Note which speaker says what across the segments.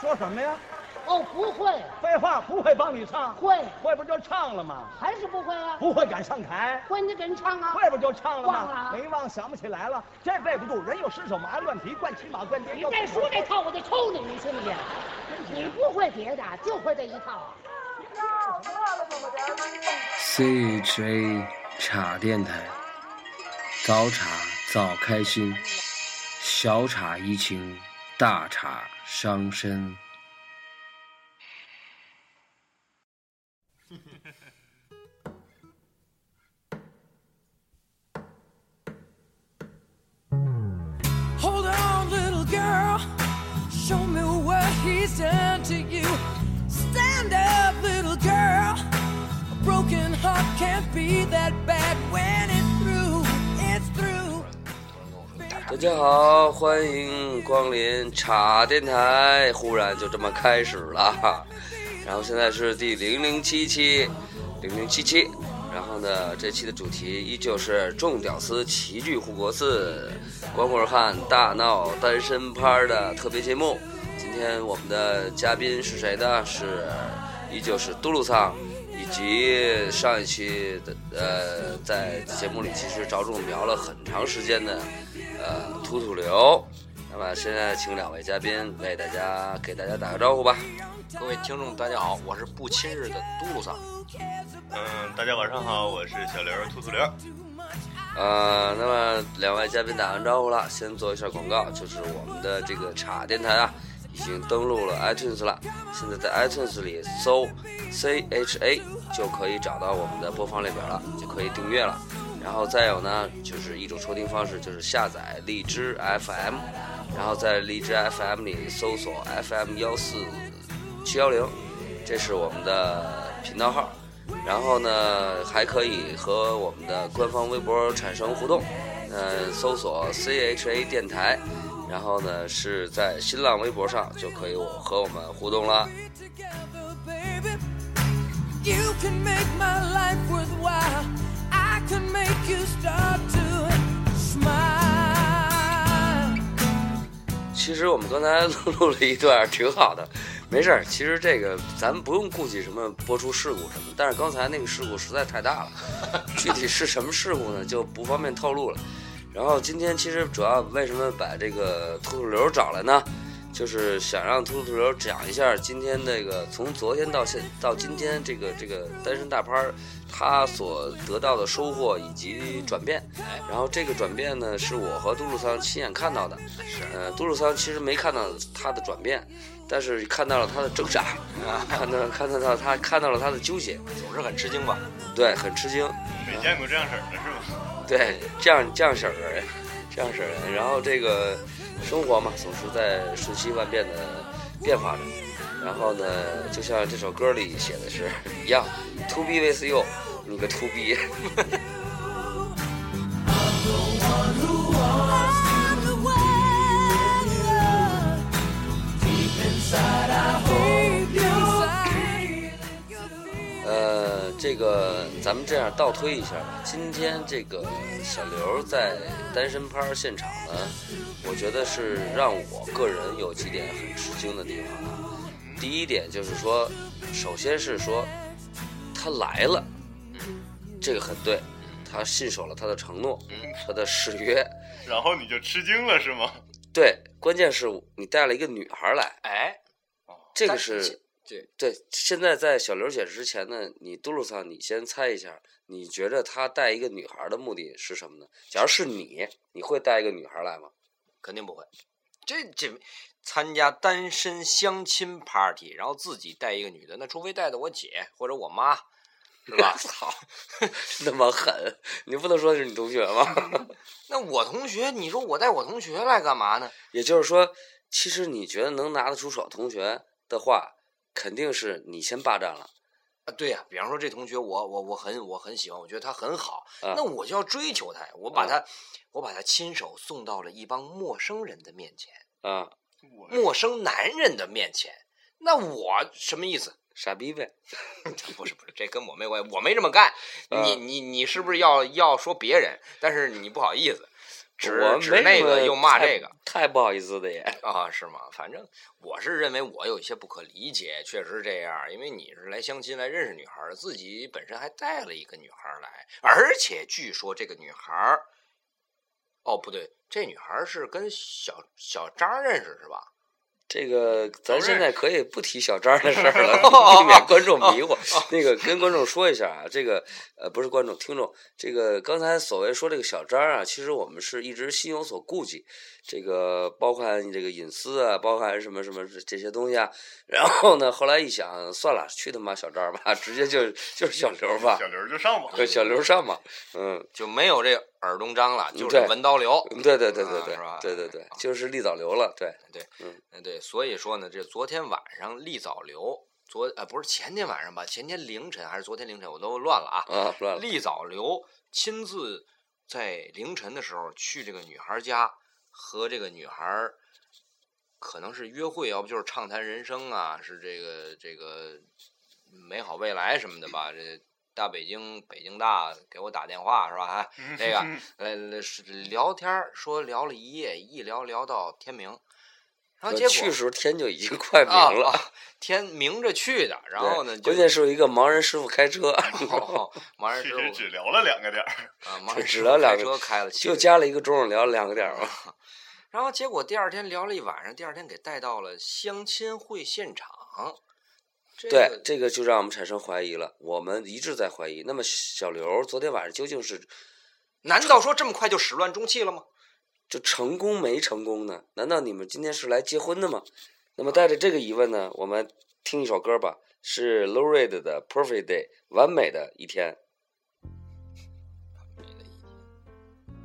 Speaker 1: 说什么呀？
Speaker 2: 哦，不会，
Speaker 1: 废话，不会帮你唱，
Speaker 2: 会
Speaker 1: 会不就唱了吗？
Speaker 2: 还是不会啊？
Speaker 1: 不会敢上台，
Speaker 2: 会你给人唱啊？
Speaker 1: 会不就唱了
Speaker 2: 忘了
Speaker 1: 吗？
Speaker 2: 啊
Speaker 1: 没忘，想不起来了，这背不住，人又失手麻乱皮，灌骑马，灌颠
Speaker 2: 你
Speaker 1: 腰。
Speaker 2: 再说这套，我就抽你，你信不信？你不会别的，就会这一套啊。
Speaker 3: CHA 茶电台，早茶早开心，小茶怡情，大茶伤身。
Speaker 4: Hold on, little girl. Show me what he's done to you. Stand up, little girl. A broken heart can't be that bad when it's through. It's through.
Speaker 3: 大家好，欢迎光临茶电台。忽然就这么开始了，然后现在是第零零七期，零零七期。然后呢，这期的主题依旧是众屌丝齐聚护国寺，光棍汉大闹单身趴的特别节目。今天我们的嘉宾是谁呢？是依旧是嘟噜桑，以及上一期的呃，在节目里其实着重聊了很长时间的呃吐吐流。那么现在请两位嘉宾为大家给大家打个招呼吧。
Speaker 5: 各位听众，大家好，我是不亲日的嘟噜桑。
Speaker 6: 嗯，大家晚上好，我是小刘兔兔刘。
Speaker 3: 呃，那么两位嘉宾打完招呼了，先做一下广告，就是我们的这个茶电台啊，已经登录了 iTunes 了，现在在 iTunes 里搜 CHA 就可以找到我们的播放列表了，就可以订阅了。然后再有呢，就是一种收听方式，就是下载荔枝 FM，然后在荔枝 FM 里搜索 FM 幺四七幺零，这是我们的频道号。然后呢，还可以和我们的官方微博产生互动，呃，搜索 CHA 电台，然后呢是在新浪微博上就可以我和我们互动了。
Speaker 4: together, baby. You can make my life worthwhile. I can make you start to smile.
Speaker 3: 其实我们刚才录了一段挺好的，没事儿。其实这个咱们不用顾忌什么播出事故什么，但是刚才那个事故实在太大了，具体是什么事故呢，就不方便透露了。然后今天其实主要为什么把这个秃秃流找来呢？就是想让秃秃流讲一下今天这个从昨天到现到今天这个这个单身大拍儿他所得到的收获以及转变。然后这个转变呢，是我和杜鲁桑亲眼看到的。是，呃，杜鲁桑其实没看到他的转变，但是看到了他的挣扎，啊，看到看到到他看到了他的纠结，
Speaker 5: 总是很吃惊吧？
Speaker 3: 对，很吃惊。
Speaker 6: 没见过这样式儿的是吗？
Speaker 3: 对，这样这样式儿的人，这样式儿的人。然后这个生活嘛，总是在瞬息万变的变化着。然后呢，就像这首歌里写的是一样，To be with you，你个 To be。
Speaker 4: I'm the weather. Deep inside, I hope you.
Speaker 3: 呃，这个咱们这样倒推一下吧。今天这个小刘在单身趴现场呢，我觉得是让我个人有几点很吃惊的地方啊。第一点就是说，首先是说他来了，这个很对，他信守了他的承诺，他的誓约。
Speaker 6: 然后你就吃惊了是吗？
Speaker 3: 对，关键是你带了一个女孩来，
Speaker 5: 哎，
Speaker 3: 这个
Speaker 5: 但
Speaker 3: 是
Speaker 5: 是对
Speaker 3: 对。现在在小刘姐之前呢，你嘟噜桑，你先猜一下，你觉着她带一个女孩的目的是什么呢？假如是你，你会带一个女孩来吗？
Speaker 5: 肯定不会。这这参加单身相亲 party，然后自己带一个女的，那除非带的我姐或者我妈，是吧？操！
Speaker 3: 那么狠，你不能说是你同学吗？
Speaker 5: 那我同学，你说我带我同学来干嘛呢？
Speaker 3: 也就是说，其实你觉得能拿得出手同学的话，肯定是你先霸占了。
Speaker 5: 啊，对呀、比方说这同学我，我我很我很喜欢，我觉得他很好，
Speaker 3: 啊
Speaker 5: 那我就要追求他呀，我把他、我把他亲手送到了一帮陌生人的面前，
Speaker 3: 啊，
Speaker 6: 我
Speaker 5: 陌生男人的面前，那我什么意思？
Speaker 3: 傻逼呗！
Speaker 5: 这不是不是，这跟我没关系，我没这么干。
Speaker 3: 啊
Speaker 5: 你你你是不是要要说别人？但是你不好意思，指
Speaker 3: 我
Speaker 5: 指
Speaker 3: 没
Speaker 5: 那
Speaker 3: 什么
Speaker 5: 个又骂
Speaker 3: 太
Speaker 5: 这个
Speaker 3: 太不好意思的也。
Speaker 5: 啊，是吗？反正我是认为我有一些不可理解，确实是这样，因为你是来相亲来认识女孩儿的，自己本身还带了一个女孩儿来，而且据说这个女孩儿，哦不对，这女孩儿是跟小小张认识是吧？
Speaker 3: 这个咱
Speaker 6: 都
Speaker 3: 现
Speaker 6: 认
Speaker 3: 在可以不提小张的事儿 了
Speaker 5: 哦，
Speaker 3: 避免观众 迷惑。那个跟观众说一下啊，这个呃不是观众听众，这个刚才所谓说这个小张啊，其实我们是一直心有所顾忌，这个包含这个隐私啊，包含什么什么这些东西啊。然后呢，后来一想，算了，去他妈小张吧，直接就就是小刘吧
Speaker 6: 小，刘就上吧。
Speaker 3: 小刘上吧，嗯。
Speaker 5: 就没有这耳东章了，就是
Speaker 3: 对嗯
Speaker 5: 文刀流。
Speaker 3: 对对对对
Speaker 5: 啊
Speaker 3: 对
Speaker 5: 是吧，
Speaker 3: 对对对，就是立早流了，对，
Speaker 5: 嗯，对，所以说呢，这昨天晚上立早流，昨呃不是前天晚上吧，前天凌晨还是昨天凌晨，我都乱了啊。
Speaker 3: 啊，乱了，
Speaker 5: 立早流亲自在凌晨的时候去这个女孩家，和这个女孩儿可能是约会，要不就是畅谈人生啊，是这个这个美好未来什么的吧。这大北京北京大给我打电话是吧？啊， 那个呃是聊天儿说聊了一夜，一聊聊到天明，然后结
Speaker 3: 我去
Speaker 5: 果
Speaker 3: 时候天就已经快明
Speaker 5: 啊
Speaker 3: 了。
Speaker 5: 啊天明着去的，然后呢，
Speaker 3: 对
Speaker 5: 就
Speaker 3: 关键是有一个盲人师傅开车，
Speaker 5: 哦，盲人
Speaker 6: 其
Speaker 5: 师
Speaker 6: 实
Speaker 5: 傅
Speaker 6: 只聊了两个点儿，
Speaker 5: 啊，盲人
Speaker 3: 只
Speaker 5: 师
Speaker 3: 聊
Speaker 5: 傅
Speaker 3: 两
Speaker 5: 开
Speaker 3: 个
Speaker 5: 车开了七
Speaker 3: 就
Speaker 5: 个
Speaker 3: 加了一个钟，儿，聊两个点儿嘛。
Speaker 5: 然后结果第二天聊了一晚上，第二天给带到了相亲会现场。这
Speaker 3: 对
Speaker 5: 个，、
Speaker 3: 这个就让我们产生怀疑了。我们一直在怀疑。那么小刘儿昨天晚上究竟是
Speaker 5: 难道说这么快就始乱终弃了吗？
Speaker 3: 就成功没成功呢？难道你们今天是来结婚的吗？那么带着这个疑问呢，我们听一首歌吧，是 Low Reed 的《Perfect Day》，完美的一天。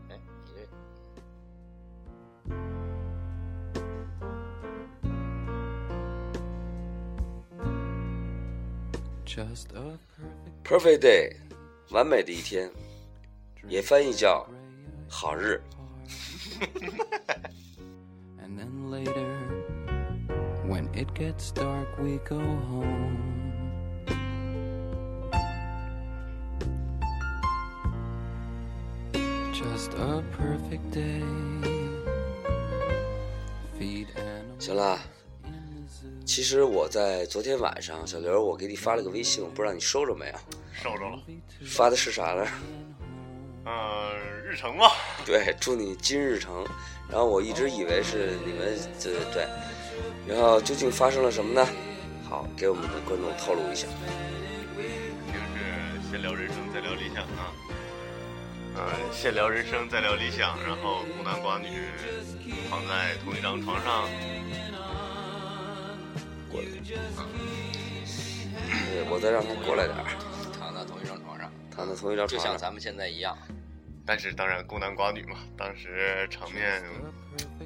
Speaker 5: 哎，你这
Speaker 3: Perfect Day，完美的一天，也翻译叫好日。
Speaker 7: And then later, when it gets dark, we go home. Just a perfect day. Feed animals
Speaker 3: 行啦，
Speaker 7: in the zoo.
Speaker 3: 其实我在昨天晚上，小刘，我给你发了个微信，我不知道你收着没有？
Speaker 6: 收着了。
Speaker 3: 发的是啥呢？
Speaker 6: 嗯，日程吧，
Speaker 3: 对，祝你今日成。然后我一直以为是你们对对对，然后究竟发生了什么呢？好，给我们的观众透露一下。
Speaker 6: 就是先聊人生，再聊理想啊。嗯，先聊人生，再聊理想，然后孤男寡女躺在同一张床上，
Speaker 3: 对，我再让他过来点儿，
Speaker 5: 躺到同一张床上，
Speaker 3: 躺在同一张
Speaker 5: 就
Speaker 3: 床
Speaker 5: 像
Speaker 3: 上。
Speaker 5: 咱们现在一样。
Speaker 6: 但是当然孤男寡女嘛，当时场面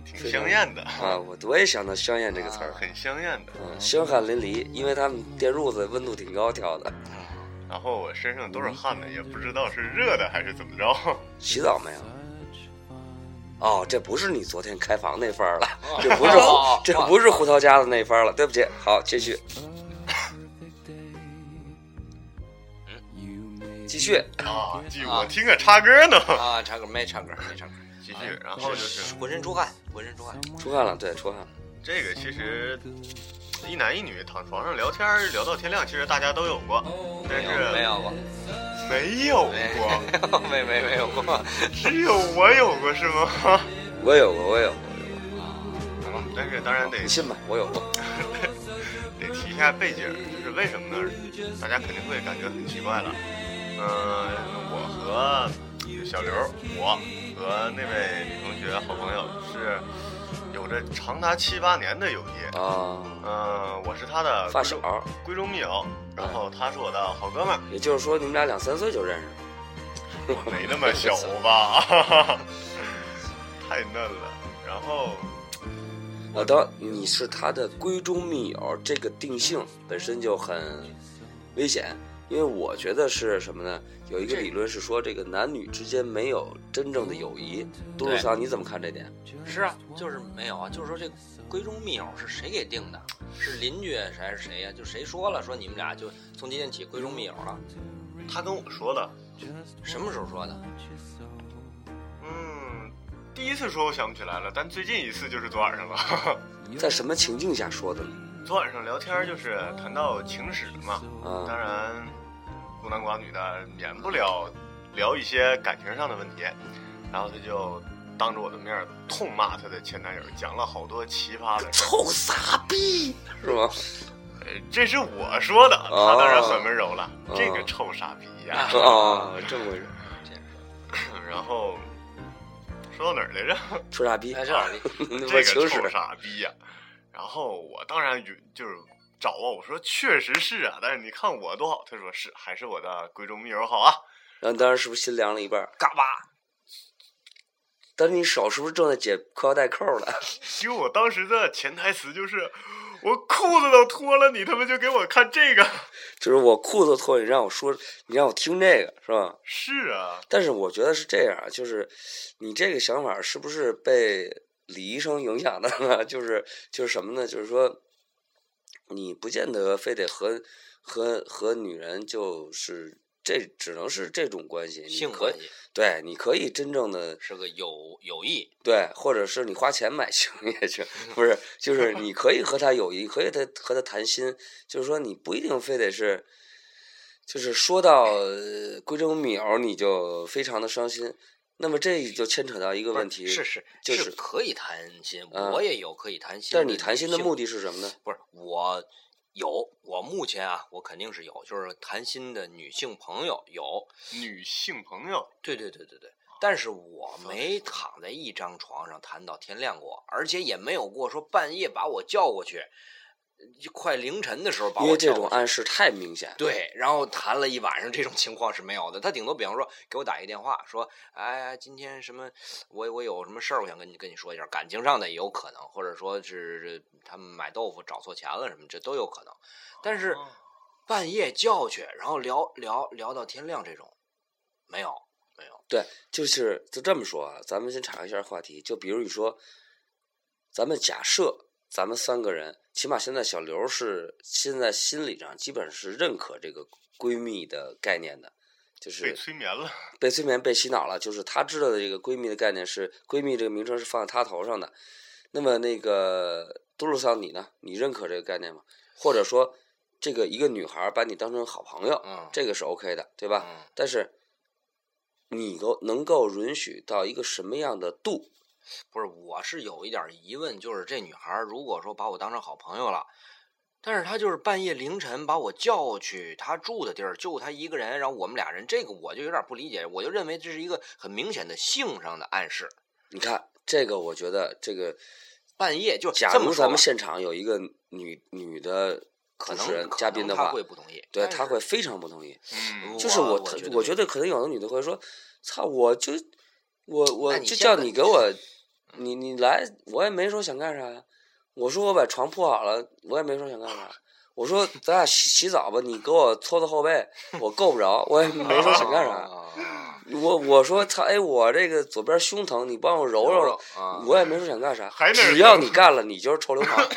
Speaker 6: 挺香艳的，啊
Speaker 3: 啊，我我也想到“香艳”这个词儿，
Speaker 6: 很香艳的。
Speaker 3: 嗯，香汗淋漓，因为他们电褥子温度挺高调的。
Speaker 6: 然后我身上都是汗的，也不知道是热的还是怎么 着。啊
Speaker 3: 洗澡没有？
Speaker 7: Such fun.
Speaker 3: 哦，这不是你昨天开房那番儿了，
Speaker 5: 哦
Speaker 3: 这不是胡
Speaker 5: 哦
Speaker 3: 这不是胡桃夹子那番儿了，对不起。好，继续
Speaker 7: Perfect day. You made
Speaker 3: 继续，
Speaker 6: 啊，剧我听个插歌 呢。
Speaker 5: 啊，唱歌没唱歌没唱歌，
Speaker 6: 继续，然后哎哦就是
Speaker 5: 浑身出汗，浑身出汗。
Speaker 3: 出汗了，对，出汗了。
Speaker 6: 这个，其实一男一女躺床上聊天儿聊到天亮，其实大家都有过，但
Speaker 5: 没
Speaker 6: 是
Speaker 5: 有没有过，
Speaker 6: 哦没有过，
Speaker 5: 没没没有过。
Speaker 6: 只有我有过是吗？
Speaker 3: 我有过，我有过，我有过，
Speaker 6: 但是当然得
Speaker 3: 你信吧，我有过。
Speaker 6: 得提一下背景，就是为什么呢？大家肯定会感觉很奇怪了。嗯、我和小刘，我和那位女同学好朋友是有着长达七八年的友谊。
Speaker 3: 啊，
Speaker 6: 嗯、我是她的
Speaker 3: 发小，嗯
Speaker 6: 闺中密友，然后她是我的好哥 们儿。
Speaker 3: 也就是说你们俩两三岁就认识了。
Speaker 6: 我没那么小啊吧？ 太嫩了。然后
Speaker 3: 我当你是他的闺中密友，这个定性本身就很危险，因为我觉得是什么呢？有一个理论是说，这个男女之间没有真正的友谊。
Speaker 6: 嗯
Speaker 3: 杜鲁桑，你怎么看这点？
Speaker 5: 是啊，就是没有啊，就是说这闺中密友是谁给定的？是邻居啊还是谁呀、就谁说了说你们俩就从今天起闺中密友了？
Speaker 6: 他跟我说的，
Speaker 5: 什么时候说的？
Speaker 6: 嗯，第一次说我想不起来了，但最近一次就是昨晚上了。
Speaker 3: 在什么情境下说的呢？
Speaker 6: 昨晚上聊天就是谈到情史嘛，
Speaker 3: 啊
Speaker 6: 当然孤男寡女的免不了聊一些感情上的问题，然后他就当着我的面儿痛骂她的前男友，讲了好多奇葩的事儿。
Speaker 3: 臭傻逼是 吗？
Speaker 6: 呃这是我说的，他当然很温柔了，
Speaker 3: 哦
Speaker 6: 这个臭傻逼呀、哦
Speaker 3: 啊，这么回事，啊
Speaker 6: 然后说到哪儿来着？
Speaker 3: 臭傻逼，
Speaker 5: 哎这样的
Speaker 3: 那
Speaker 6: 这
Speaker 3: 不
Speaker 6: 个
Speaker 3: 情史
Speaker 6: 臭傻逼呀、然后我当然就就是找啊，我说确实是啊，但是你看我多好，他说是，还是我的闺中密友好啊。
Speaker 3: 然后当时是不是心凉了一半？嘎巴。但是你手是不是正在解裤腰带扣呢？
Speaker 6: 因为我当时的潜台词就是，我裤子都脱了，你他妈就给我看这个。
Speaker 3: 就是我裤子脱，你让我说，你让我听这个是吧？
Speaker 6: 是啊，
Speaker 3: 但是我觉得是这样啊，就是你这个想法是不是被李医生影响的呢？ 就是就是什么呢？就是说，你不见得非得和和和女人就是这只能是这种关系，你
Speaker 5: 性
Speaker 3: 可
Speaker 5: 关
Speaker 3: 以
Speaker 5: 系
Speaker 3: 对，你可以真正的
Speaker 5: 是个友友谊，
Speaker 3: 对，或者是你花钱买情 也行，不是，就是你可以和他友谊，可以他和他谈心，就是说你不一定非得是，就是说到呃闺中密友你就非常的伤心，那么这就牵扯到一个
Speaker 5: 不是
Speaker 3: 问题，
Speaker 5: 是是
Speaker 3: 就是
Speaker 5: 可以谈心，
Speaker 3: 嗯
Speaker 5: 我也有可以谈心。
Speaker 3: 但是你谈心的目
Speaker 5: 的
Speaker 3: 的是什么呢？
Speaker 5: 不是我有，我目前啊，我肯定是有，就是谈心的女性朋友有，
Speaker 6: 女性朋友，
Speaker 5: 对对对对对。但是我没躺在一张床上谈到天亮过，而且也没有过说半夜把我叫过去，就快凌晨的时候把
Speaker 3: 因为
Speaker 5: 我
Speaker 3: 这
Speaker 5: 叫
Speaker 3: 种
Speaker 5: 过去。
Speaker 3: 暗示太明显，，
Speaker 5: 对，然后谈了一晚上，这种情况是没有的。他顶多比方说给我打一个电话，说，哎，今天什么，我我有什么事儿，我想跟你跟你说一下，感情上的也有可能，或者说是他们买豆腐找错钱了什么，这都有可能。但是
Speaker 3: 哦
Speaker 5: 半夜叫去，然后聊聊聊到天亮这种，没有没有，
Speaker 3: 对，就是就这么说啊，咱们先岔开一下话题，就比如你说，咱们假设咱们三个人，起码现在小刘是现在心理上基本是认可这个闺蜜的概念的，就
Speaker 6: 被
Speaker 3: 是
Speaker 6: 催眠了。
Speaker 3: 被催眠被洗脑了，就是他知道的这个闺蜜的概念是闺蜜这个名称是放在他头上的。那么那个嘟噜桑你呢？你认可这个概念吗？或者说，这个一个女孩把你当成好朋友，
Speaker 5: 嗯
Speaker 3: 这个是 OK 的，对吧？
Speaker 5: 嗯
Speaker 3: 但是你够能够允许到一个什么样的度？
Speaker 5: 不是，我是有一点儿疑问，就是这女孩儿如果说把我当成好朋友了，但是她就是半夜凌晨把我叫去她住的地儿，就她一个人，然后我们俩人，这个我就有点儿不理解，我就认为这是一个很明显的性上的暗示。
Speaker 3: 你看这个，我觉得这个，
Speaker 5: 半夜就
Speaker 3: 假
Speaker 5: 这
Speaker 3: 如
Speaker 5: 么
Speaker 3: 咱
Speaker 5: 说
Speaker 3: 们
Speaker 5: 吧，
Speaker 3: 现场有一个女女的
Speaker 5: 可
Speaker 3: 主
Speaker 5: 能
Speaker 3: 持人
Speaker 5: 可
Speaker 3: 嘉宾
Speaker 5: 能
Speaker 3: 的
Speaker 5: 她
Speaker 3: 话，
Speaker 5: 会不同意，
Speaker 3: 对
Speaker 5: 但
Speaker 3: 她
Speaker 5: 是
Speaker 3: 会非常不同意。
Speaker 6: 嗯，
Speaker 3: 就是
Speaker 5: 我
Speaker 3: 我
Speaker 5: 我
Speaker 3: 特，
Speaker 5: 觉
Speaker 3: 我觉
Speaker 5: 没
Speaker 3: 得可能有的女的会说：“操，我就我我
Speaker 5: 那你
Speaker 3: 就
Speaker 5: 先
Speaker 3: 叫
Speaker 5: 问
Speaker 3: 你给我，你你来，我也没说想干啥呀。我说我把床铺好了，我也没说想干啥。我说咱俩洗洗澡吧，你给我搓搓后背，我够不着，我也没说想干啥。
Speaker 5: 啊
Speaker 3: 我我说操，哎，我这个左边胸疼，你帮我揉
Speaker 5: 揉
Speaker 3: 揉
Speaker 5: 揉啊。
Speaker 3: 我也没说想干啥
Speaker 6: 还，得
Speaker 3: 只要你干了，你就是臭流 氓。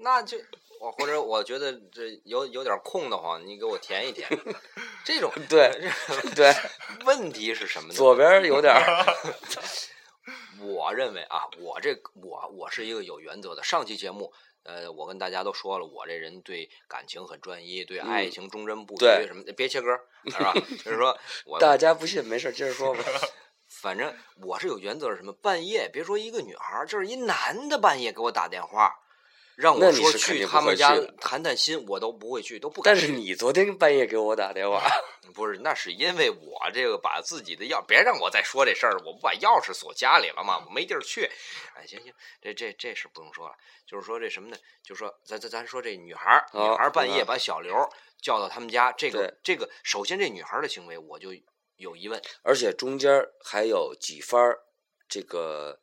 Speaker 5: 那就我或者我觉得这有有点儿空的慌，你给我填一填。 这种
Speaker 3: 对对，
Speaker 5: 问题是什么呢？
Speaker 3: 左边有点儿，
Speaker 5: 我认为啊，我这我我是一个有原则的。上期节目，呃，我跟大家都说了，我这人对感情很专一，对爱情忠贞不渝，
Speaker 3: 嗯对
Speaker 5: 什么的别切歌，是吧？ 就是说我
Speaker 3: 大家不信没事儿，接着说吧。
Speaker 5: 反正我是有原则，是什么？半夜别说一个女孩儿，就是一男的半夜给我打电话，让
Speaker 3: 那
Speaker 5: 我
Speaker 3: 你
Speaker 5: 说
Speaker 3: 是肯定不
Speaker 5: 他
Speaker 3: 会
Speaker 5: 们家
Speaker 3: 去的
Speaker 5: 谈谈心，我都不会去，都不敢
Speaker 3: 但是
Speaker 5: 去
Speaker 3: 你昨天半夜给我打电话，
Speaker 5: 不是，那是因为我这个把自己的钥，别让我再说这事儿了，我不把钥匙锁家里了吗？我没地儿去。哎，行行，这这这事不用说了，就是说这什么呢？就是说咱咱咱说这女孩儿，女
Speaker 3: 好
Speaker 5: 孩儿半
Speaker 3: 哦明
Speaker 5: 夜
Speaker 3: 白
Speaker 5: 把小刘叫到他们家，这个
Speaker 3: 对
Speaker 5: 这个，首先这女孩儿的行为我就有疑问，
Speaker 3: 而且中间儿还有几番儿，这个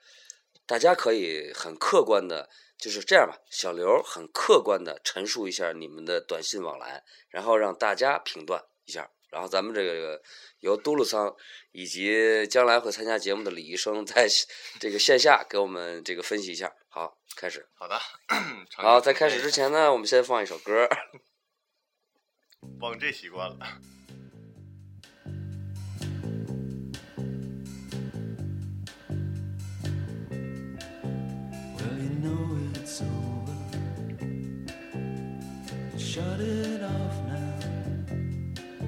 Speaker 3: 大家可以很客观的，就是这样吧。小刘儿很客观的陈述一下你们的短信往来，然后让大家评断一下。然后咱们这个这个由嘟噜桑以及将来会参加节目的李医生 在这个线下给我们这个分析一下。好，开始。
Speaker 6: 好的。
Speaker 3: 好，在开始之，前呢，我们先放一首歌儿。
Speaker 6: 忘这习惯了。
Speaker 4: Thank
Speaker 7: shut it off now.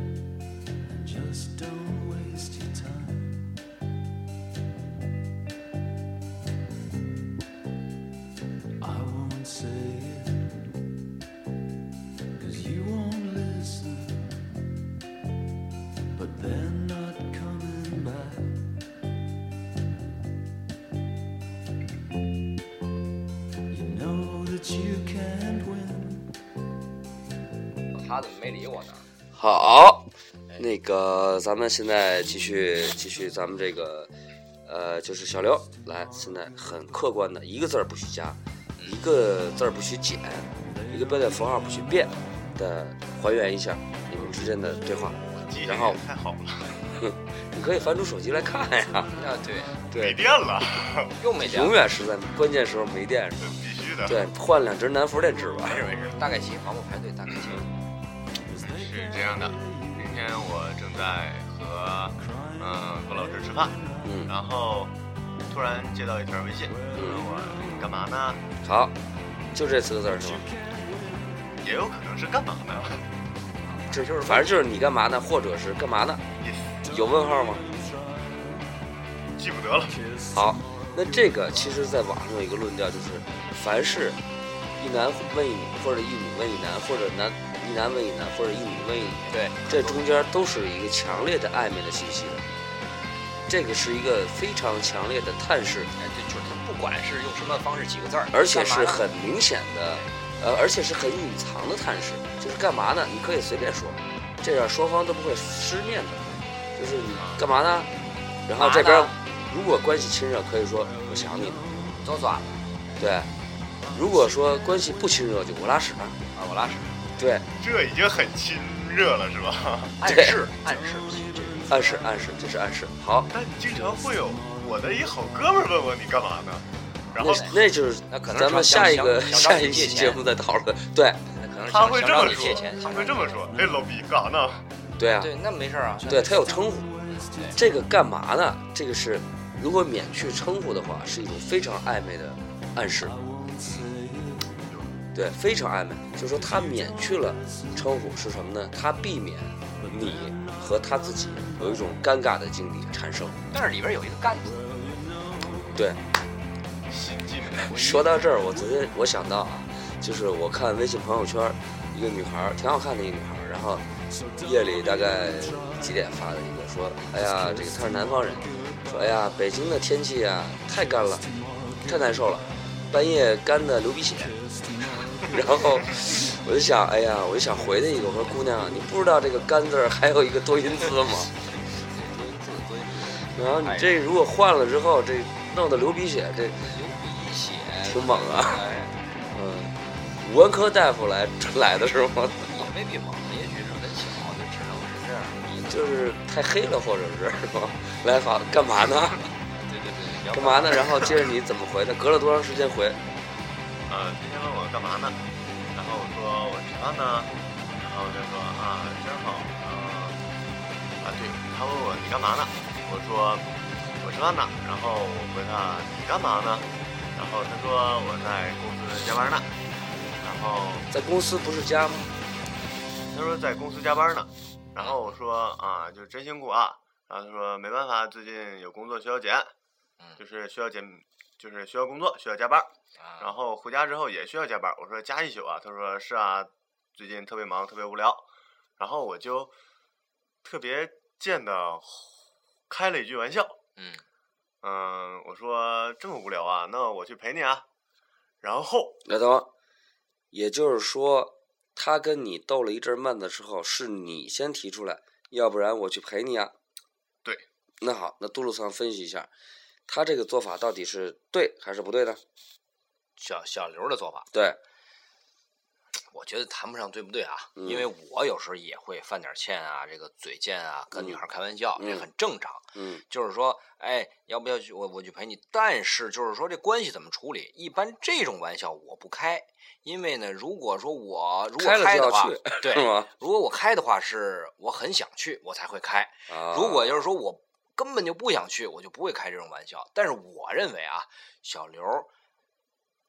Speaker 7: And just don't waste your time. I won't say it, cause you won't listen. But they're not coming back. You know that you can't win.
Speaker 5: 他怎么没理我呢？
Speaker 3: 好，那个咱们现在继续继续咱们这个，呃，就是小刘来，现在很客观的，一个字儿不许加，一个字儿不许减，一个标点符号不许变的还原一下你们之间的对话，
Speaker 6: 记性
Speaker 3: 然后
Speaker 6: 也太好了，
Speaker 3: 你可以翻出手机来看呀，
Speaker 5: 啊，对，
Speaker 6: 没电了，
Speaker 5: 又没电
Speaker 3: 永，远是在关键时候没电，
Speaker 6: 必须的。
Speaker 3: 对，换两只南孚电池吧
Speaker 6: 没。事没事，
Speaker 5: 大概齐，防不排队，大概齐。
Speaker 3: 嗯
Speaker 6: 是这样的，今天我正在和嗯郭老师吃饭，
Speaker 3: 嗯
Speaker 6: 然后突然接到一条微信，问我干嘛呢？
Speaker 3: 嗯好，就这四个字儿是吗？
Speaker 6: 也有可能是干嘛呢？
Speaker 3: 这就是，反正就是你干嘛呢，或者是干嘛呢？
Speaker 6: 也
Speaker 3: 有问号吗？
Speaker 6: 记不得了。
Speaker 3: 好，那这个其实在网上有一个论调，就是凡是一男问一女，或者一女问一男，或者男一男问一男，或者一女问一女，
Speaker 5: 对，
Speaker 3: 这中间都是一个强烈的暧昧的信息的。这个是一个非常强烈的探视，
Speaker 5: 哎，对，就是他不管是用什么方式几个字儿，
Speaker 3: 而且是
Speaker 5: 干嘛呢
Speaker 3: 很明显的，呃，而且是很隐藏的探视，就是干嘛呢？你可以随便说，这样双方都不会失面的。就是你干嘛呢？然后这
Speaker 5: 干
Speaker 3: 边
Speaker 5: 嘛呢
Speaker 3: 如果关系亲热，可以说我想你了。
Speaker 5: 左转啊，
Speaker 3: 对，如果说关系不亲热，就我拉屎吧。
Speaker 5: 啊我拉屎，
Speaker 3: 对，
Speaker 6: 这已经很亲热了，是吧？
Speaker 5: 暗
Speaker 3: 对
Speaker 5: 示暗示，这个
Speaker 3: 暗示暗示，这是暗示。好，
Speaker 6: 但你经常会有我的一好哥们儿问我你干嘛呢？然后
Speaker 3: 那那就是
Speaker 5: 那可能
Speaker 3: 咱们
Speaker 5: 是想
Speaker 3: 下一个
Speaker 5: 想想找
Speaker 3: 下
Speaker 5: 你
Speaker 3: 一
Speaker 5: 借
Speaker 3: 期
Speaker 5: 钱
Speaker 3: 节目再讨论。对，
Speaker 5: 那可能是
Speaker 6: 他
Speaker 5: 想
Speaker 6: 会
Speaker 5: 想
Speaker 6: 这
Speaker 5: 让
Speaker 6: 么
Speaker 5: 你借
Speaker 6: 说
Speaker 5: 钱，，
Speaker 6: 他
Speaker 5: 想
Speaker 6: 会
Speaker 5: 让
Speaker 6: 这
Speaker 5: 你
Speaker 6: 么说，哎，老毕干啥呢？
Speaker 3: 对啊，
Speaker 5: 对，那嗯没事儿啊，
Speaker 3: 对，他有称呼，这个干嘛呢？这个是如果免去称呼的话，是一种非常暧昧的暗示。对，非常暧昧，就是说他免去了称呼是什么呢？他避免你和他自己有一种尴尬的经历产生。
Speaker 5: 但是里边有一个干字，
Speaker 3: 对，
Speaker 6: 新进
Speaker 3: 说到这儿，我昨天我想到啊，就是我看微信朋友圈儿，一个女孩儿挺好看的一个女孩儿，然后夜里大概几点发的一个，说，哎呀，这个她是南方人，说，哎呀，北京的天气啊太干了，太难受了，半夜干的流鼻血。然后我就想，哎呀，我就想回她一个，我说姑娘，你不知道这个“干”字儿还有一个多音字吗？然后你这如果换了之后，这弄得流鼻血，这
Speaker 5: 流鼻血，
Speaker 3: 挺猛啊
Speaker 5: 哎，
Speaker 3: 嗯，文科大夫来来的时候，
Speaker 5: 也未必哦猛，也许是很小，就只能是这样。
Speaker 3: 就是太黑了，或者是是吧？来好干嘛呢？
Speaker 5: 对对对，要
Speaker 3: 干
Speaker 5: 不
Speaker 3: 嘛呢？然后接着你怎么回的？隔了多长时间回？
Speaker 6: 呃，今天问我干嘛呢？然后我说我吃饭呢。然后他说啊，真好。啊，啊对，他问我你干嘛呢？我说我吃饭呢。然后我回他你干嘛呢？然后他说我在公司加班呢。然后
Speaker 3: 在公司不是家吗？
Speaker 6: 他说在公司加班呢。然后我说啊，就真辛苦啊。然后他说没办法，最近有工作需要减
Speaker 5: 嗯，
Speaker 6: 就是需要减，就是需要工作需要加班。
Speaker 5: 啊
Speaker 6: 然后回家之后也需要加班儿。我说加一宿啊，他说是啊，最近特别忙，特别无聊。然后我就特别贱的开了一句玩笑，
Speaker 5: 嗯，
Speaker 6: 嗯，我说这么无聊啊，那我去陪你啊。然后
Speaker 3: 那等会儿，也就是说，他跟你斗了一阵闷的时候，是你先提出来，要不然我去陪你啊。
Speaker 6: 对。
Speaker 3: 那好，那杜鲁桑分析一下，他这个做法到底是对还是不对呢？
Speaker 5: 小小刘的做法，
Speaker 3: 对，
Speaker 5: 我觉得谈不上对不对啊，
Speaker 3: 嗯
Speaker 5: 因为我有时候也会犯点欠啊，这个嘴贱啊，跟女孩开玩笑，
Speaker 3: 嗯
Speaker 5: 这很正常。
Speaker 3: 嗯
Speaker 5: 就是说，哎，要不要去我我去陪你？但是就是说这关系怎么处理？一般这种玩笑我不开，因为呢，如果说我如果
Speaker 3: 开了就
Speaker 5: 开的
Speaker 3: 要
Speaker 5: 话
Speaker 3: 去，
Speaker 5: 对
Speaker 3: 是，吗？
Speaker 5: 如果我开的话是我很想去，我才会开。
Speaker 3: 啊
Speaker 5: 如果就是说我根本就不想去，我就不会开这种玩笑。但是我认为啊，小刘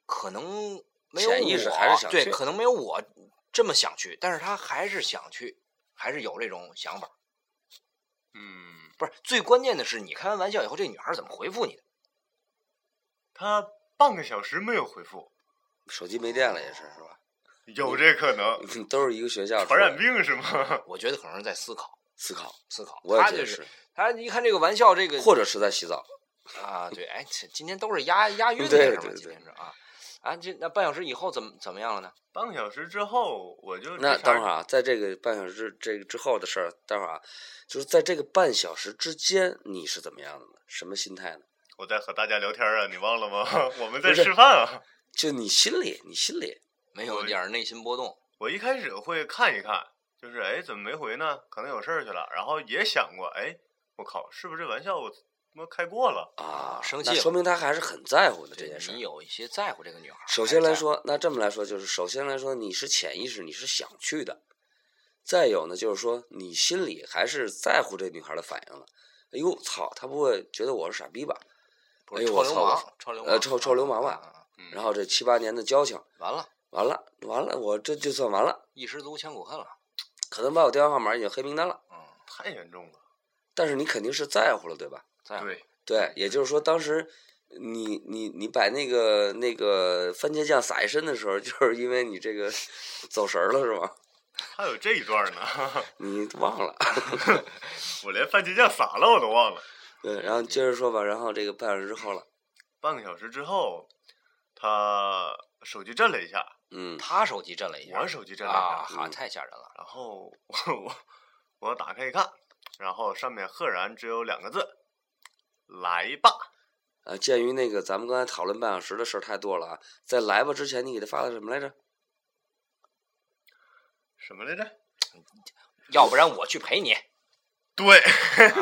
Speaker 5: 可能没有我
Speaker 3: 潜意识还是想去
Speaker 5: 对，可能没有我这么想去，但是他还是想去，还是有这种想法。
Speaker 6: 嗯，
Speaker 5: 不是最关键的是，你开完玩笑以后，这女孩儿怎么回复你的？
Speaker 6: 他半个小时没有回复，
Speaker 3: 手机没电了也是是吧？
Speaker 6: 有这可
Speaker 5: 嗯
Speaker 6: 能？
Speaker 3: 都是一个学校
Speaker 6: 传染病是吗？
Speaker 5: 我觉得可能是在思考，
Speaker 3: 思考，
Speaker 5: 思考。
Speaker 3: 我也
Speaker 5: 他
Speaker 3: 觉
Speaker 5: 就
Speaker 3: 得
Speaker 5: 是
Speaker 3: 是，
Speaker 5: 他一看这个玩笑，这个
Speaker 3: 或者是在洗澡。
Speaker 5: 啊，对，哎，这今天都是押押韵 的
Speaker 3: 对
Speaker 5: 事儿嘛
Speaker 3: 对，
Speaker 5: 今
Speaker 3: 对
Speaker 5: 天是啊啊，这那半小时以后怎么怎么样了呢？
Speaker 6: 半个小时之后我就
Speaker 3: 那
Speaker 6: 这茬
Speaker 3: 等会儿啊，在这个半小时这个之后的事儿，待会儿啊，就是在这个半小时之间，你是怎么样的呢？什么心态呢？
Speaker 6: 我在和大家聊天啊，你忘 了吗？我们在
Speaker 3: 不是
Speaker 6: 吃饭啊。
Speaker 3: 就你心里，你心里，
Speaker 5: 没有一点儿内心波动，
Speaker 6: 我一开始会看一看，就是哎，怎么没回呢？可能有事儿去了。然后也想过，哎，我靠，是不是这玩笑我他妈开过了？
Speaker 3: 啊，
Speaker 5: 生
Speaker 3: 那
Speaker 5: 气
Speaker 3: 说
Speaker 5: 了
Speaker 3: 明他还是很在乎的这
Speaker 5: 对
Speaker 3: 件事儿
Speaker 5: 你。有一些在乎这个女孩儿。
Speaker 3: 首先
Speaker 5: 还
Speaker 3: 来
Speaker 5: 是在乎，
Speaker 3: 说，那这么来说，就是首先来说，你是潜意识你是想去的，再有呢，就是说你心里还是在乎这女孩的反应了。哎呦，操，她不会觉得我是傻逼吧？
Speaker 5: 不
Speaker 3: 哎
Speaker 5: 是
Speaker 3: 呦
Speaker 5: 臭
Speaker 3: 我
Speaker 5: 流
Speaker 3: 操我
Speaker 5: 氓
Speaker 3: 操，
Speaker 5: 臭流
Speaker 3: 呃
Speaker 5: 氓，
Speaker 3: 臭臭流氓吧
Speaker 5: 啊啊啊
Speaker 6: 嗯
Speaker 3: 然后这七八年的交情，
Speaker 5: 完了，
Speaker 3: 完了完了，我这就算完了，
Speaker 5: 一失足千古恨了。
Speaker 3: 可能把我电话号码已经黑名单了。
Speaker 5: 嗯，
Speaker 6: 太严重了。
Speaker 3: 但是你肯定是在乎了，对吧？
Speaker 5: 在乎。
Speaker 6: 对，
Speaker 3: 对，也就是说，当时你你你把那个那个番茄酱撒一身的时候，就是因为你这个 走神儿了，是吗？
Speaker 6: 还有这一段呢，
Speaker 3: 你忘了。
Speaker 6: 我连番茄酱撒了我都忘了。
Speaker 3: 对，然后接着说吧，然后这个半小时之后了，
Speaker 6: 半个小时之后，他手机震了一下，
Speaker 3: 嗯，
Speaker 5: 他手机震了一下，
Speaker 6: 我手机震了一下，
Speaker 5: 啊，哈，
Speaker 3: 嗯
Speaker 5: 太吓人了。
Speaker 6: 然后我 我我打开一看，然后上面赫然只有两个字：“来吧。
Speaker 3: 啊，鉴于那个咱们刚才讨论半小时的事儿太多了啊，在来吧之前你给他发的什么来着？”
Speaker 6: 什么来着？
Speaker 5: 要不然我去陪你
Speaker 6: 对，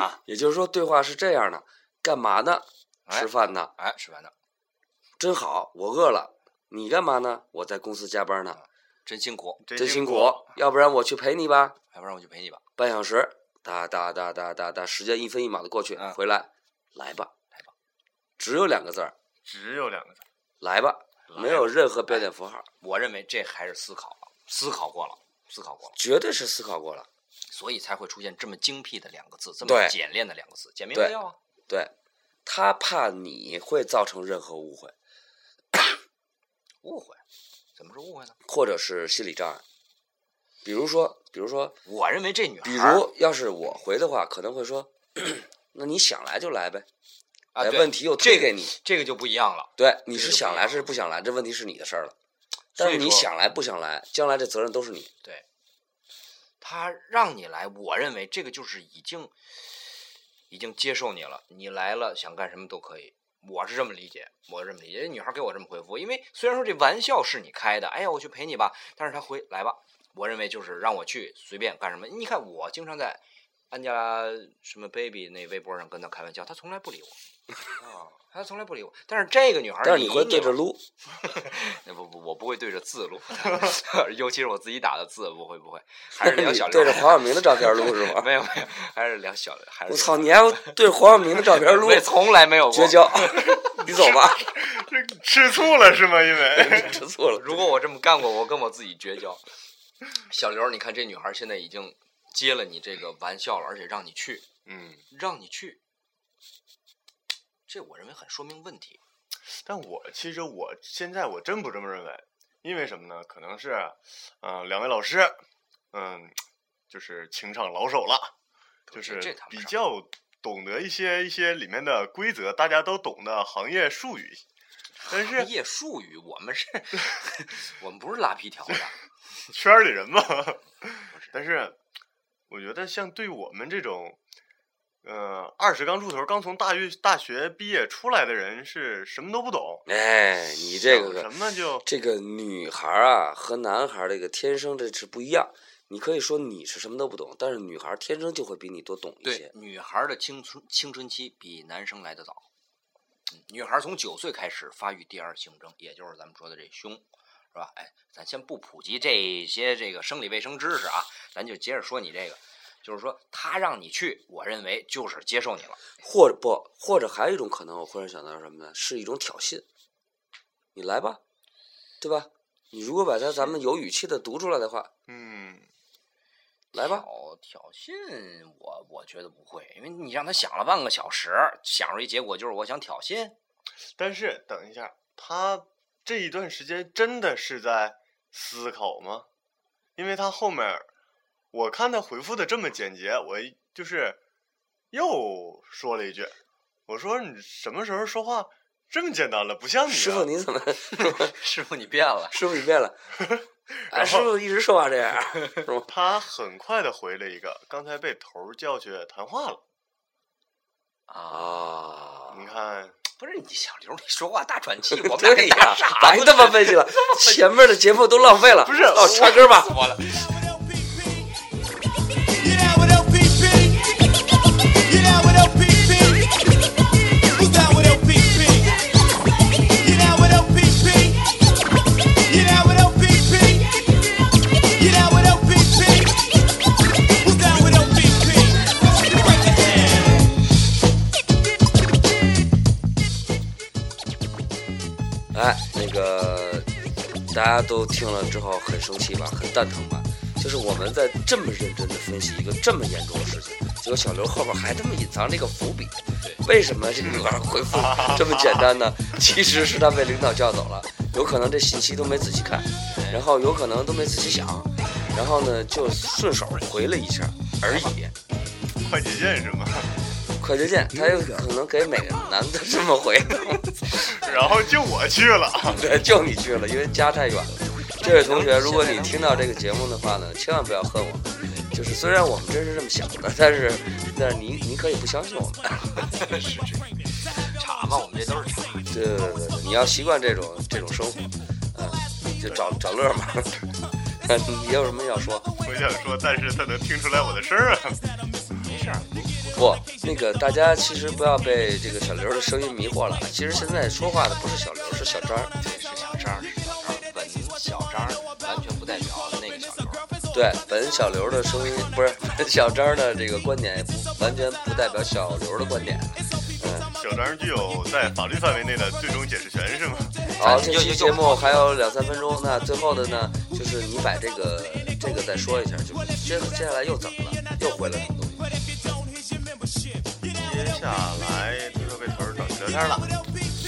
Speaker 5: 啊！
Speaker 3: 也就是说，对话是这样的：干嘛呢？
Speaker 5: 哎
Speaker 3: 吃饭呢？
Speaker 5: 哎，吃饭呢，
Speaker 3: 真好，我饿了。你干嘛呢？我在公司加班呢，
Speaker 5: 真辛苦，
Speaker 6: 真
Speaker 3: 啊真辛
Speaker 6: 苦。
Speaker 3: 苦。要不然我去陪你吧。
Speaker 5: 要不然我去陪你吧。
Speaker 3: 半小时，哒哒哒哒哒哒，时间一分一秒的过去，
Speaker 5: 嗯
Speaker 3: 回来，来吧，啊来吧，只有两个字儿，
Speaker 6: 只有两个字。
Speaker 3: 来吧，没有任何标点符号，
Speaker 5: 我认为这还是思考了，思考过了，思考过了，
Speaker 3: 绝对是思考过了。
Speaker 5: 所以才会出现这么精辟的两个字，这么
Speaker 3: 对
Speaker 5: 简练的两个字，简明扼
Speaker 3: 对
Speaker 5: 要啊。
Speaker 3: 对，他怕你会造成任何误会，
Speaker 5: 误会，怎么是误会呢？
Speaker 3: 或者是心理障碍。比如说，比如说，
Speaker 5: 我认为这女孩
Speaker 3: 比
Speaker 5: 儿，
Speaker 3: 如要是我回的话，可能会说， 那你想来就来呗，
Speaker 5: 啊，
Speaker 3: 哎
Speaker 5: 对
Speaker 3: 问题又
Speaker 5: 这
Speaker 3: 推
Speaker 5: 个
Speaker 3: 给你，
Speaker 5: 这个就不一样了。
Speaker 3: 对，你
Speaker 5: 这
Speaker 3: 是
Speaker 5: 就不
Speaker 3: 想
Speaker 5: 一
Speaker 3: 来
Speaker 5: 样
Speaker 3: 是
Speaker 5: 了
Speaker 3: 不想来，这问题是你的事儿了。
Speaker 5: 所
Speaker 3: 但是
Speaker 5: 以
Speaker 3: 你
Speaker 5: 说
Speaker 3: 想来不想来，将来这责任都是你。
Speaker 5: 对，他让你来，我认为这个就是已经已经接受你了，你来了想干什么都可以。我是这么理解，我是这么理解。这女孩给我这么回复，因为虽然说这玩笑是你开的，哎呀，我去陪你吧，但是她回来吧，我认为就是让我去随便干什么。你看我经常在安家什么 baby 那微博上跟她开玩笑，她从来不理我， 啊，她从来不理我。但是这个女孩，
Speaker 3: 但是你会对着
Speaker 5: 撸。
Speaker 3: 撸，
Speaker 5: 那不不，我不会对着字录， 尤其是我自己打的字，不会不会，还是聊
Speaker 3: 你
Speaker 5: 小刘
Speaker 3: 对着黄晓明的照片录是吗？
Speaker 5: 没有没有，还是聊小，还是
Speaker 3: 我
Speaker 5: 聊
Speaker 3: 操，你还要对着黄晓明的照片录
Speaker 5: 我也从 来没有过
Speaker 3: 绝。 交，你走吧，
Speaker 6: 这吃醋了是吗？因为
Speaker 3: 吃醋 了。
Speaker 5: 如果我这么干过，我跟我自己绝交。小刘，你看这女孩现在已经接了你这个玩笑了，而且让你去，
Speaker 6: 嗯，
Speaker 5: 让你去，这我认为很说明问题。
Speaker 6: 但我其实我现在我真不这么认为，因为什么呢？可能是，嗯、两位老师，嗯、就是情场老手了，就
Speaker 5: 这这
Speaker 6: 是
Speaker 5: 谈
Speaker 6: 比
Speaker 5: 不上
Speaker 6: 较懂得一些一些里面的规则，大家都懂的行业术语。但
Speaker 5: 行
Speaker 6: 是
Speaker 5: 业术语，我们是， 我们不是拉皮条的，
Speaker 6: 圈儿里人嘛，
Speaker 5: 不是
Speaker 6: 但是我觉得像对我们这种，呃，二十刚出头、刚从大学大学毕业出来的人，是什么都不懂，
Speaker 3: 哎，你这
Speaker 6: 想
Speaker 3: 个
Speaker 6: 什么就
Speaker 3: 这个女孩儿啊和男孩儿这个天生这是不一样。你可以说你是什么都不懂，但是女孩儿天生就会比你多懂一
Speaker 5: 对
Speaker 3: 些，。
Speaker 5: 女孩的青春青春期比男生来得早。嗯女孩从九岁开始发育第二性征，也就是咱们说的这胸，是吧？哎，咱先不普及这些这个生理卫生知识啊，咱就接着说你这个，就是说他让你去，我认为就是接受你了。
Speaker 3: 或者不，或者还有一种可能，我忽然想到什么呢？是一种挑衅。你来吧，对吧？你如果把它咱们有语气的读出来的话，
Speaker 6: 嗯，
Speaker 3: 来吧
Speaker 5: 挑挑衅我我觉得不会，因为你让他想了半个小时，想出一结果就是我想挑衅。
Speaker 6: 但是等一下，他这一段时间真的是在思考吗？因为他后面儿，我看他回复的这么简洁，我一就是又说了一句，我说你什么时候说话这么简单了？不像你、啊，
Speaker 3: 师傅你怎么，
Speaker 5: 师傅你变了，
Speaker 3: 师傅你 变了，哎，师傅一直说话这样，是吗？
Speaker 6: 他很快的回了一个，刚才被头儿叫去谈话了。
Speaker 3: 啊，
Speaker 6: 你看，
Speaker 5: 不是你小刘你说话大喘气， 我们
Speaker 3: 对
Speaker 5: 俩
Speaker 3: 呀
Speaker 5: 干啥，
Speaker 3: 白他妈分析了，前面的节目都浪费了，
Speaker 6: 不是
Speaker 3: 老插歌吧？
Speaker 6: 我了，
Speaker 3: 哎，那个大家都听了之后很生气吧，很蛋疼吧？就是我们在这么认真的分析一个这么严重的事情，结果小刘后边还这么隐藏这个伏笔。为什么这女孩回复这么简单呢？ 其实是他被领导叫走了，有可能这信息都没仔细看，然后有可能都没仔细想，然后呢就顺手回了一下而已。
Speaker 6: 快捷键是吗？
Speaker 3: 快捷键，他有可能给每个男的这么回。
Speaker 6: 然后就我去了，
Speaker 3: 对，就你去了，因为家太远了。这位同学，如果你听到这个节目的话呢，千万不要恨我。就是虽然我们真是这么想的，但是，但是您您可以不相信我们。
Speaker 5: 茶嘛，我们这都是茶。
Speaker 3: 对对对对，你要习惯这种这种生活，嗯，就找找乐嘛。 你有什么要说？
Speaker 6: 我想说，但是他能听出来我的声儿啊。
Speaker 3: 不，那个大家其实不要被这个小刘的声音迷惑了。其实现在说话的不是小刘，是小张。
Speaker 5: 对，是小张，是小张，本小张完全不代表那个小刘。
Speaker 3: 对，本小刘的声音不是 本小张的这个观点，也不完全不代表小刘的观点。嗯。
Speaker 6: 小张具有在法律范围内的最终解释权，是吗？
Speaker 3: 好，这期节目还有两三分钟，那最后的呢，就是你把这个这个再说一下，就是接接下来又怎么了？又回了什么东西？
Speaker 6: 接下来他说被头儿找去聊天了，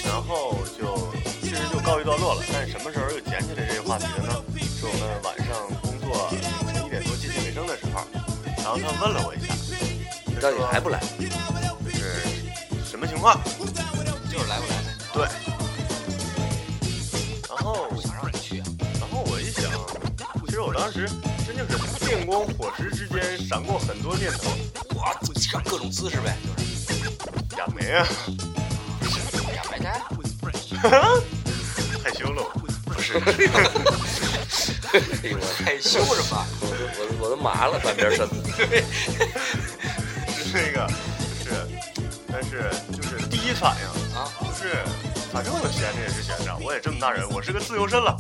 Speaker 6: 然后就其实就告一段落了。但是什么时候又捡起来这个话题的呢？是我们晚上工作凌晨一点多接近尾声的时候，然后他问了我一下，
Speaker 3: 你到底来不来？
Speaker 6: 是什么情况？
Speaker 5: 就是来不来的，
Speaker 6: 对，然后
Speaker 5: 想让你去啊。
Speaker 6: 然后我一想，其实我当时真就是电光火石之间闪过很多念头，
Speaker 5: 哇，想各种姿势呗，就是
Speaker 6: 亚梅啊，
Speaker 5: 呀，白呆。啊
Speaker 6: 害羞了我。
Speaker 3: 哎呦我
Speaker 5: 害羞什 么？
Speaker 3: 我都我都我都麻了，半边身子。
Speaker 6: 那个就是，但是就是第一反应
Speaker 5: 啊，
Speaker 6: 就是，反正我闲着也是闲着，我也这么大人，我是个自由身了，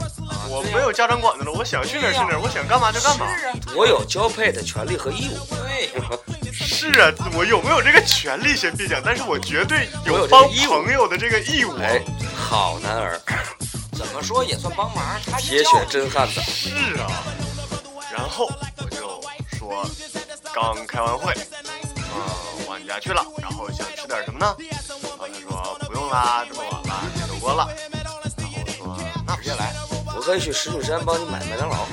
Speaker 6: 我
Speaker 5: 对呀
Speaker 6: 没有家长管着了，我想去哪儿去哪儿，我想干嘛就干嘛。
Speaker 3: 我有交配的权利和义务，
Speaker 5: 对呀，
Speaker 6: 是啊，我有没有这个权利先别讲，但是我绝对
Speaker 3: 我有
Speaker 6: 有
Speaker 3: 这个
Speaker 6: 帮
Speaker 3: 义务
Speaker 6: 朋友的这个义务。啊
Speaker 3: 哎，好男儿，
Speaker 5: 怎么说也算帮忙。他
Speaker 3: 铁血
Speaker 5: 是教
Speaker 3: 真汉子。
Speaker 6: 是啊，然后我就说刚开完会，啊、往你家去了，然后想吃点什么呢？然后他说不用啦，这么晚了，别走锅了。然后我说那直接来，
Speaker 3: 我可以去石景山帮你买麦当劳。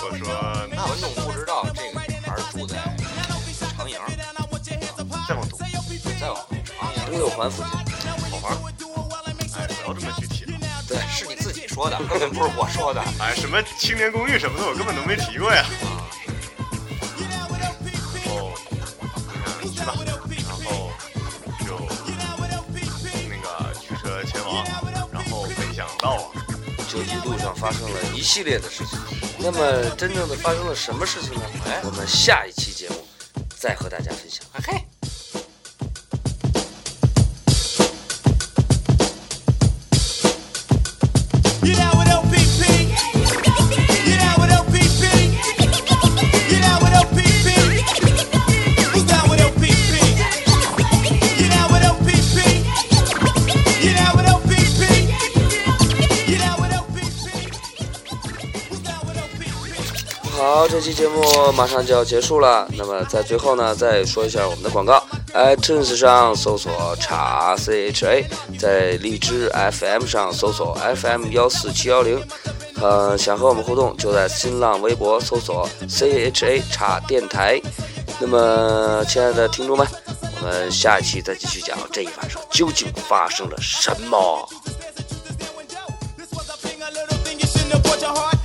Speaker 6: 我说那
Speaker 5: 观众不知道这个女孩住在长营，
Speaker 6: 再往东，
Speaker 5: 再往长
Speaker 3: 东
Speaker 5: 营
Speaker 3: 六环附近，
Speaker 6: 好玩儿。哎，不要这么具体了。
Speaker 5: 对，是你自己说的，根本不是我说的。
Speaker 6: 哎，什么青年公寓什么的，我根本都没提过呀。然后，嗯，去吧，然后就那个驱车前往，然后没想到啊，
Speaker 3: 就一路上发生了一系列的事情。那么真正的发生了什么事情
Speaker 5: 嗯
Speaker 3: 呢？
Speaker 5: 哎
Speaker 3: 我们下一期节目再和大家分享。
Speaker 5: 嘿。
Speaker 8: Get out with LPP. Get out with LPP. Get out with LPP. Who's down with LPP? Get out with LPP. Get out with LPP. Get out with LPP.
Speaker 3: 好，这期节目马上就要结束了。那么在最后呢，再说一下我们的广告：iTunes 上搜索查 C H A，在荔枝 FM 上搜索 FM 幺四七幺零。呃，想和我们互动，就在新浪微博搜索 C H A 查电台。那么，亲爱的听众们，我们下一期再继续讲这一晚上究竟发生了什么。
Speaker 8: This was a thing, a little thing you shouldn't have bought your heart.